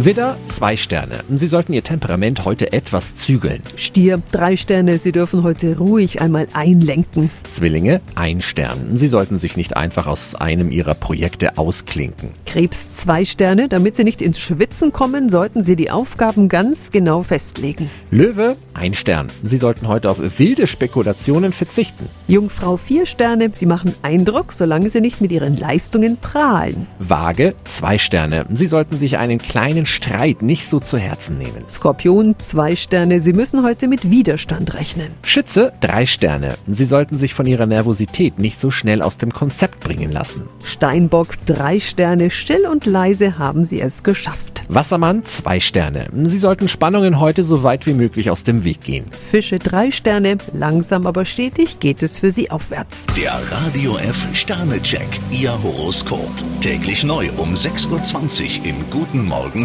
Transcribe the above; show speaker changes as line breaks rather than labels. Widder, zwei Sterne. Sie sollten Ihr Temperament heute etwas zügeln.
Stier, drei Sterne, Sie dürfen heute ruhig einmal einlenken.
Zwillinge, ein Stern. Sie sollten sich nicht einfach aus einem Ihrer Projekte ausklinken.
Krebs, zwei Sterne, damit Sie nicht ins Schwitzen kommen, sollten Sie die Aufgaben ganz genau festlegen.
Löwe, ein Stern. Sie sollten heute auf wilde Spekulationen verzichten.
Jungfrau, vier Sterne, Sie machen Eindruck, solange Sie nicht mit Ihren Leistungen prahlen.
Waage, zwei Sterne. Sie sollten sich einen kleinen Streit nicht so zu Herzen nehmen.
Skorpion, zwei Sterne, Sie müssen heute mit Widerstand rechnen.
Schütze, drei Sterne. Sie sollten sich von Ihrer Nervosität nicht so schnell aus dem Konzept bringen lassen.
Steinbock, drei Sterne, still und leise haben Sie es geschafft.
Wassermann, zwei Sterne. Sie sollten Spannungen heute so weit wie möglich aus dem Weg gehen.
Fische, drei Sterne, langsam aber stetig geht es für Sie aufwärts.
Der Radio F Sternecheck, Ihr Horoskop. Täglich neu um 6.20 Uhr im Guten Morgen